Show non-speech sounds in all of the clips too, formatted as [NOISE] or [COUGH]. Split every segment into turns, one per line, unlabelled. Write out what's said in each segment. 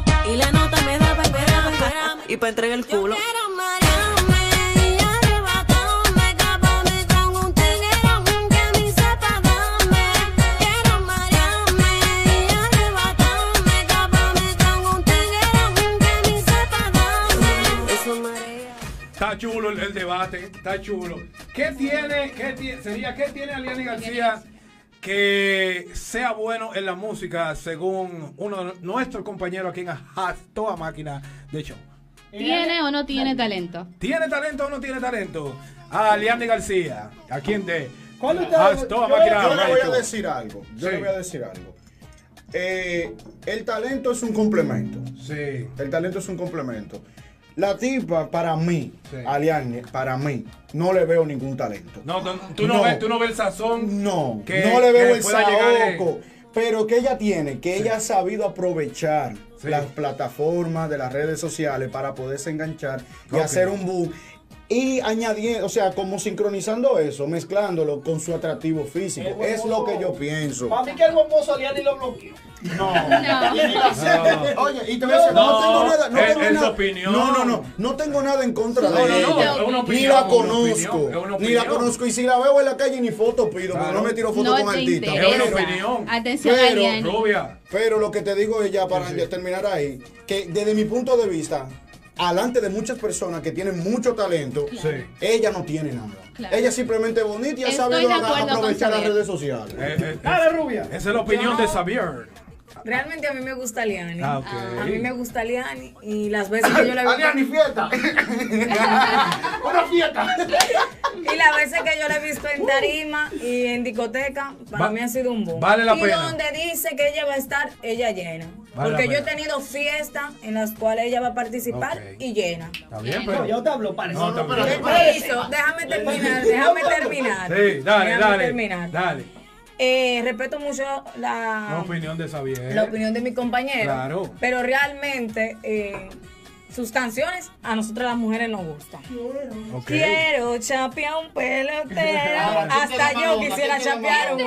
Y la nota me daba esperame, esperame.
Y para entregar el
Yo
culo.
quiero marearme y arrebatarme, escaparme con un tiguero que a mí sepa darme. Quiero marearme y arrebatarme, escaparme con un tiguero que a mí sepa darme. Eso marea.
Está chulo el, el debate, está chulo. ¿Qué tiene, qué ti- sería, qué tiene Aliani García que sea bueno en la música, según uno de nuestros compañeros aquí en Ajá, toda máquina de show?
¿Tiene o no tiene talento?
¿Tiene talento o no tiene talento? A Aliani García, ¿a quién de?
¿Cuándo te-
Haz toda máquina
yo le voy a
Maestro.
decir algo. Yo
Sí.
le voy a decir algo. Eh, el talento es un complemento.
Sí.
El talento es un complemento. La tipa, para mí,
Sí.
Aliane, para mí, no le veo ningún talento.
No, no, tú no,
No.
Ves, tú no ves el sazón.
No,
que-
no le veo
que
el
pueda llegar, eh.
saoco. Pero que ella tiene, que ella ha sabido aprovechar
Sí.
las plataformas de las redes sociales para poderse enganchar y
Ok.
hacer un boom. Y añadiendo, o sea, como sincronizando eso, mezclándolo con su atractivo físico.
El
Es lo
bomboso.
que yo pienso.
Para mí que el bomboso Aliani lo bloqueó. [LAUGHS]
Oye, y te voy a decir, no,
No,
tengo nada, no
es-
tengo
es
nada.
opinión.
No, no, no, no tengo nada en contra
No,
de
no,
ella.
no, es una
ni
opinión,
la
es una
conozco,
opinión, es una
ni la
opinión.
conozco. Y si la veo en la calle, ni foto pido, porque
Claro.
no me tiro foto
No
con
te
artistas.
interesa.
Es una opinión.
Atención,
Pero-
Ariane.
Rubia.
Pero lo que te digo es ya para
Sí, sí.
terminar ahí, que desde mi punto de vista, alante de muchas personas que tienen mucho talento,
Sí.
ella no tiene nada.
Claro.
Ella simplemente es bonita y ha
Estoy
sabido
de
a-
acuerdo con
aprovechar las
Xavier.
redes sociales.
Eh, eh,
Dale, rubia.
esa es la opinión de Xavier.
Realmente a mí me gusta Liani.
Ah, ok.
A mí me gusta Liani y las veces que yo la
[LAUGHS]
he
Aliani,
visto
fiesta. Una fiesta.
y las veces que yo la he visto en tarima y en discoteca, para
Va-
mí ha sido un boom.
vale la
y
pena.
donde dice que ella va a estar, ella llena.
Vale
Porque
la
yo he
pena.
tenido fiestas en las cuales ella va a participar
Ok.
y llena.
Está bien,
No,
pero.
yo te hablo para eso.
No,
No,
también.
pero-
¿Qué te hizo? Déjame terminar, déjame
[LAUGHS]
terminar.
Sí, dale,
déjame
dale.
terminar.
Dale. pues
Eh, respeto mucho
La
la,
opinión de Xavier.
la opinión de mi compañero.
Claro.
Pero realmente eh, sus canciones a nosotras las mujeres nos gustan.
Ok.
Quiero chapear un
[LAUGHS]
pelotero.
Ah,
Hasta yo quisiera chapear un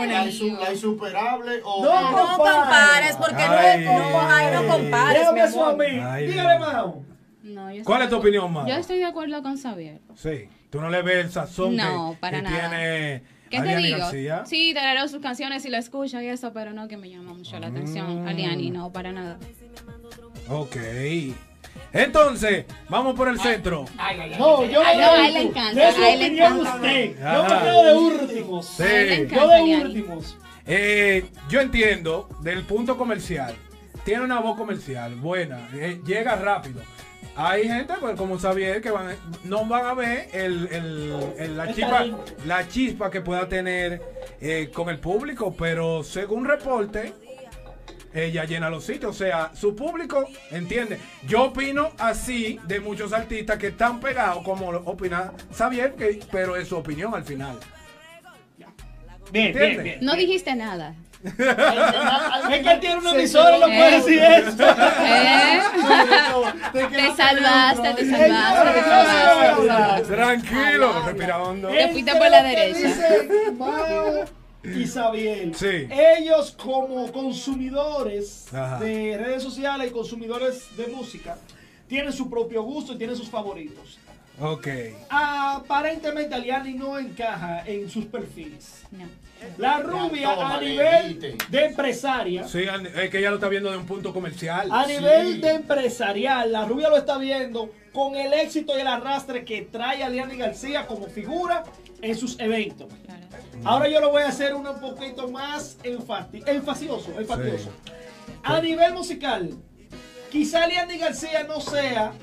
insuperable o
No,
No compares porque
Ay.
no, no, ay, no compares, mi
Déjame eso a
amor.
Ay,
mí. Dígale,
Dios.
Mao.
No, yo
¿Cuál
estoy-
es tu opinión, Mao?
Yo estoy de acuerdo con Xavier.
Sí. ¿Tú no le ves el sazón
No,
que,
para
que
nada.
tiene
¿Qué te
Ariana
digo?
García?
Sí, te daré sus canciones y la escucho y eso, pero no que me llama mucho la
Mm.
atención. Aliani, no, para nada.
Ok. Entonces, vamos por el centro.
No, yo
A él-
veo
Ah, a él le
último.
encanta,
Yo soy
a él le
opinión de
encanta.
usted. Yo
Ajá.
me quedo de últimos.
Sí.
A él le
Yo
encanta
de
Aliani.
últimos.
Eh, yo entiendo del punto comercial. Tiene una voz comercial buena, eh, llega rápido. Hay gente, pues como Xavier, que van, no van a ver el, el- el- la,
El
chispa,
talento.
la chispa que pueda tener eh, con el público, pero según reporte, ella llena los sitios. O sea, su público entiende. Yo opino así de muchos artistas que están pegados, como lo opina Xavier, que- pero es su opinión al final.
Bien, bien,
¿Entiendes?
bien.
No
[LAUGHS]
dijiste nada.
Es que él tiene una emisora y no puede decir eso.
¿Eh? Te salvaste, te salvaste, te salvaste.
Tranquilo, respira hondo.
Eh.
Te fuiste por la derecha.
Dice Mao y Xavier.
Sí.
Ellos como consumidores
Ajá.
de redes sociales y consumidores de música tienen su propio gusto y tienen sus favoritos.
Ok.
Aparentemente Aliani no encaja en sus perfiles.
No.
La rubia a
tómale,
nivel
viste.
de empresaria,
Sí, Andy, es que ella lo está viendo de un punto comercial.
a nivel de empresarial, la rubia lo está viendo con el éxito y el arrastre que trae Aliani García como figura en sus eventos.
Claro.
Ahora yo lo voy a hacer un poquito más enfati- enfasioso, enfatioso.
Sí.
A nivel musical, quizá Leandy García no sea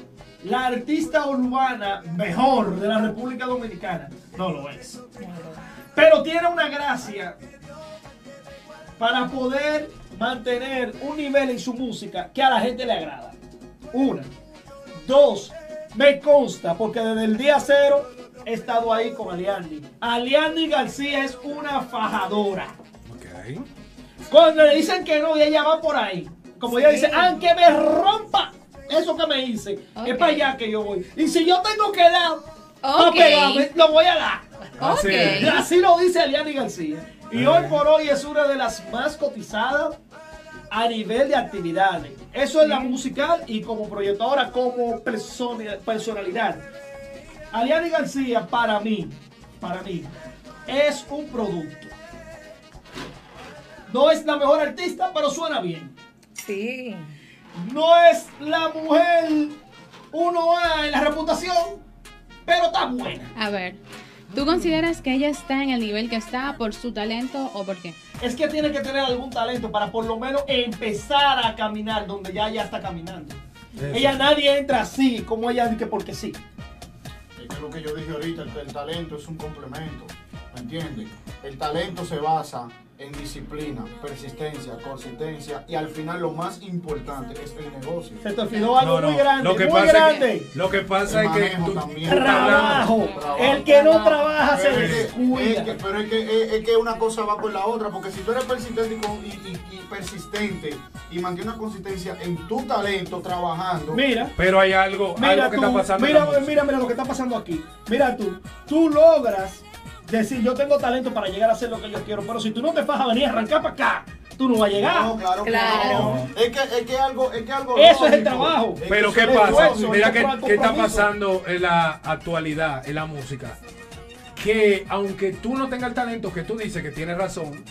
la artista urbana mejor de la República Dominicana. No lo es. Pero tiene una gracia para poder mantener un nivel en su música que a la gente le agrada. Una. Dos, me consta, porque desde el día cero he estado ahí con Aliandi. Aliandi García es una fajadora.
Ok.
Cuando le dicen que no, y ella va por ahí. Como ella dice, aunque me rompa eso que me hice, es
Ok.
para allá que yo voy. Y si yo tengo que dar, para
Ok.
pegarme, lo voy a dar.
Así es.
Y
Ok.
Así lo dice Aliani García. Y hoy por hoy es una de las más cotizadas a nivel de actividades. Eso es la musical y como proyectora, como persona- personalidad. Ariani García, para mí, para mí, es un producto. No es la mejor artista, pero suena bien.
Sí.
No es la mujer 1A en la reputación, pero está buena.
A ver, ¿tú consideras que ella está en el nivel que está por su talento o por qué?
Es que tiene que tener algún talento para por lo menos empezar a caminar donde ya ya está caminando. Ella nadie entra así como ella dice porque sí.
Es que lo que yo dije ahorita, el, el talento es un complemento, ¿me entiendes? El talento se basa en disciplina, persistencia, consistencia y al final lo más importante es el negocio.
Se te olvidó algo muy grande,
Lo que
muy
pasa
grande.
Es que, lo que pasa
El
es que
manejo
tú-
también.
tú estás hablando-
Trabajo.
Trabajo.
El que no trabaja se
Pero es que- es que-
descuida.
pero es que, es, es que una cosa va con la otra, porque si tú eres persistente y, con- y- y- y persistente y mantienes una consistencia en tu talento trabajando,
Mira,
Pero hay algo,
mira
algo que está
tú,
pasando. en la
mira,
música.
mira, mira lo que está pasando aquí. Mira tú, tú logras decir yo tengo talento para llegar a hacer lo que yo quiero, pero si tú no te fajas a venir a arrancar para acá, tú no vas a llegar.
No, claro, que
Claro.
no. Es que, es que algo, es que algo.
Eso es el trabajo.
Es que
Pero
eso
¿qué
es
pasa?
negocio,
Mira
es
qué,
un
qué está
compromiso.
pasando en la actualidad, en la música. Que aunque tú no tengas el talento que tú dices que tienes razón,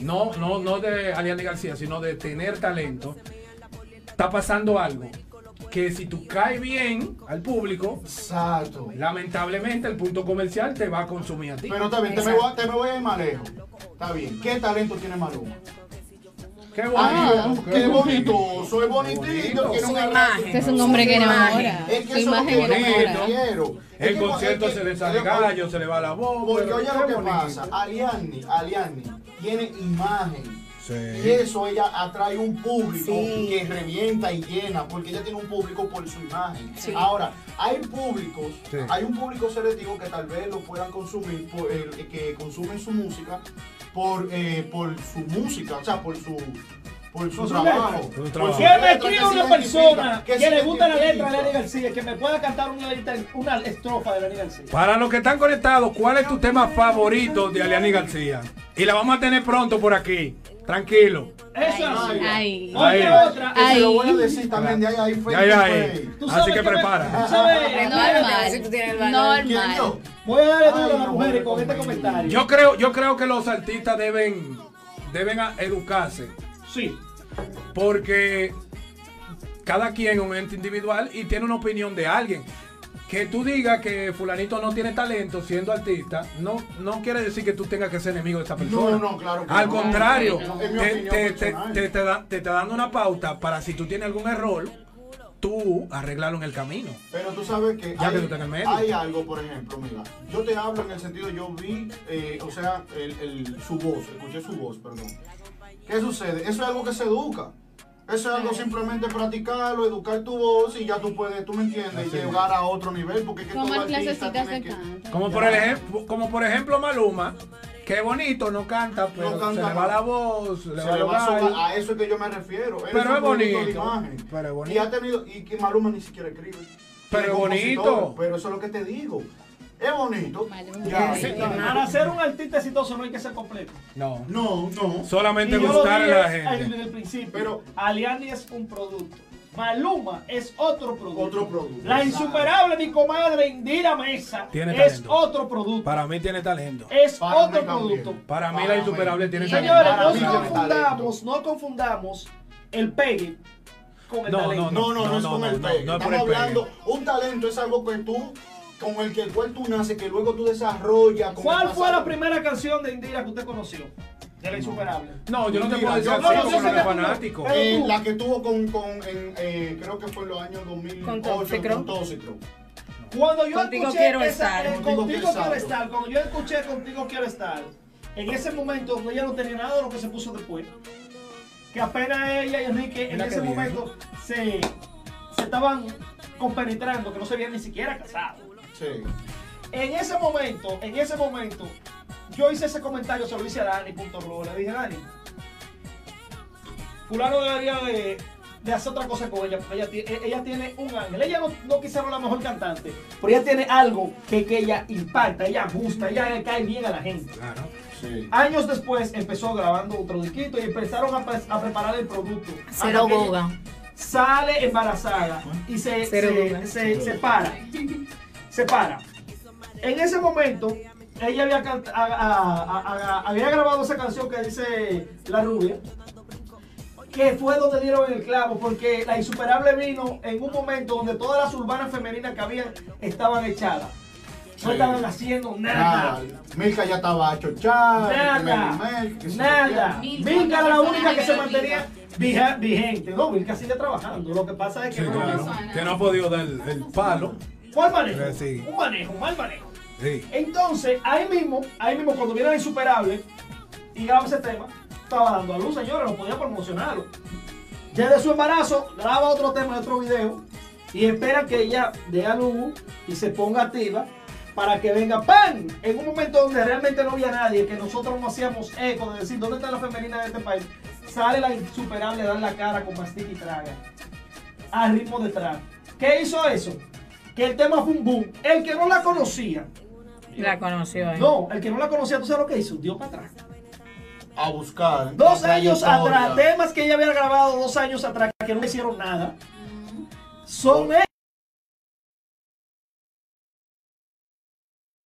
no, no, no de Aliani García, sino de tener talento, está pasando algo. Que si tú caes bien al público,
Exacto.
lamentablemente el punto comercial te va a consumir a ti.
Pero está bien, te me, voy, a- te me voy a ir más lejos. Está bien. ¿Qué talento tiene Maluma?
qué bonito.
Ah,
qué
qué
bonito.
bonito. Soy bonitito. Tiene
Su
una
imagen.
Este es un hombre
Su
que
imagen.
enamora.
Es
Su
que eso es lo
imagen
que yo
enamora.
quiero. Es
El
que-
concierto
es que-
se le sale
es que-
gallo, se le va la voz.
Porque oye lo que pasa, Aliani, Aliani tiene imagen.
Sí.
Y eso ella atrae un público
Sí.
que revienta y llena, porque ella tiene un público por su imagen. Ahora, hay públicos,
Sí.
hay un público selectivo que tal vez lo puedan consumir, por, eh, que consumen su música por, eh, por su música, o sea, por su, por su
Por su
trabajo.
Por
letra.
su
por su
trabajo.
Que me escriba
letra, se
Pues una
identifica,
persona que,
se
le gusta la letra
identifica.
de Lenny García, que me pueda cantar una, letra- una estrofa de Lenny García.
Para los que están conectados, ¿cuál es tu tema favorito de Aliani García? Y la vamos a tener pronto por aquí. Tranquilo.
Eso es.
Ay.
Oye,
Ay.
otra.
Que se lo voy a
Ahí.
decir también de ahí, ahí fue.
Ya, ya, ahí.
fue.
Tú sabes
Así que
me-
prepara.
tú sabes-
Prepárate, si tú tienes el
Normal.
valor.
¿Quién yo?
Normal.
Voy a darle
Ay,
duro a las
no,
mujeres
no,
con este
no,
comentario.
Yo creo, yo creo que los artistas deben, deben a- educarse.
sí.
Porque cada quien es un ente individual y tiene una opinión de alguien. Que tú digas que fulanito no tiene talento siendo artista, no, no quiere decir que tú tengas que ser enemigo de esa persona.
No, no, claro que
Al
no.
contrario,
No,
te,
es mi opinión
te- te-
personal.
te- te da- te está dando una pauta para si tú tienes algún error, tú arreglarlo en el camino.
Pero tú sabes que,
Ya
hay,
que tú estás en el medio.
hay algo, por ejemplo, mira, yo te hablo en el sentido, yo vi, eh, o sea, el- el- su voz, escuché su voz, perdón. ¿Qué sucede? Eso es algo que se educa. Eso es algo simplemente practicarlo, educar tu voz y ya tú puedes, tú me entiendes,
Así es.
llegar a otro nivel porque es que todo
Tomar
artista
clasecitas
tiene
de
que...
canto.
Como por, el ejem- como por ejemplo Maluma, que bonito, no canta, pero
No canta,
se le va
no.
la voz, se le
Se
va
le
lo
va a, Ah.
gallo.
sonar- a eso es que yo me refiero. Él
Pero
un
es
producto de
bonito,
imagen.
pero es
Y
bonito.
ha tenido, y que Maluma ni siquiera escribe.
Pero
Ni
es bonito.
compositor, Pero eso es lo que te digo. Es bonito.
Maluma.
Ya,
Sí,
Ah.
ya.
Para ser un artista exitoso no hay que ser completo.
No.
No, no.
Solamente
Y yo lo
gustarle a la
dije al-
gente.
Desde el principio,
Pero-
Aliani es un producto. Maluma es otro producto.
Otro producto.
La insuperable, mi comadre Indira Mesa,
Tiene
es
talento.
otro producto.
Para mí tiene talento.
es
Para
otro
mí también.
producto.
Para mí
Para
la
mí.
insuperable tiene
Señores,
talento.
Eh, Señores, no
Maravilla de
confundamos, no confundamos el pegue con el
No, no,
talento.
No, no, no,
No, no,
es con el
no,
pegue.
no es por
Estamos
el pegue.
hablando, un talento es algo que tú, con el que el cual tú naces, que luego tú desarrollas. con
¿Cuál
el
fue la
pasado.
primera canción de Indira que usted conoció? De la insuperable.
No, yo no te puedo
Mira,
decir
yo-
así
no, no,
porque
yo
no
sé
soy
que-
fanático.
Pero
Eh,
tú-
la que tuvo con, con en, eh, creo que fue en los años 2008
Con Tóxicro.
con Tóxicro.
Cuando yo
Contigo
escuché
quiero
esa-
estar.
eh,
Contigo
contigo
quiero
quiero
estar.
estar, cuando yo escuché contigo quiero estar, en ese momento donde ella no tenía nada de lo que se puso después, que apenas ella y Enrique en
Mira qué
ese
bien.
momento se, se estaban compenetrando, que no se habían ni siquiera casado.
Sí.
En ese momento, en ese momento, yo hice ese comentario, se lo hice a Dani, punto Ro, le dije, Dani, fulano debería de, de hacer otra cosa con ella, porque ella, ti- e- ella tiene un ángel, ella no, no quizá no es la mejor cantante, pero ella tiene algo que, que ella impacta, ella gusta, ella le cae bien a la gente.
Claro.
Sí.
Años después empezó grabando otro disquito y empezaron a, pre- a preparar el producto.
Cero
Hasta que
boga.
Sale embarazada y se,
Cero
se,
boga.
se- se para. Se para. En ese momento, ella había, cant- a- a- a- a- había grabado esa canción que dice La Rubia, que fue donde dieron el clavo, porque La Insuperable vino en un momento donde todas las urbanas femeninas que habían estaban echadas. No
Sí.
estaban haciendo
Nada. Milka ya estaba a chochar.
Nada,
Mel, Mel, que sí,
nada.
que-
Milka,
Milka era la
Milka,
única que se
Milka.
mantenía vige- vigente. No, Milka sigue trabajando. Lo que pasa es que
Sí,
no
claro,
suena.
que no ha podido dar el palo.
¿Cuál manejo?
Sí.
Un manejo, un mal manejo.
Sí.
Entonces, ahí mismo, ahí mismo, cuando viene la insuperable y graba ese tema, estaba dando a luz, señores, no podía promocionarlo. Ya de su embarazo, graba otro tema, otro video y espera que ella dé a luz y se ponga activa para que venga ¡pam! En un momento donde realmente no había nadie, que nosotros no hacíamos eco de decir dónde está la femenina de este país, sale la insuperable a dar la cara con mastic y traga al ritmo de trap. ¿Qué hizo eso? Que el tema fue un boom. El que no la conocía,
La conoció ¿eh? ahí.
no, el que no la conocía, ¿tú sabes lo que hizo? Dio para atrás.
A buscar.
Dos años
Trayectoria.
atrás, temas que ella había grabado dos años atrás, que no le hicieron nada, son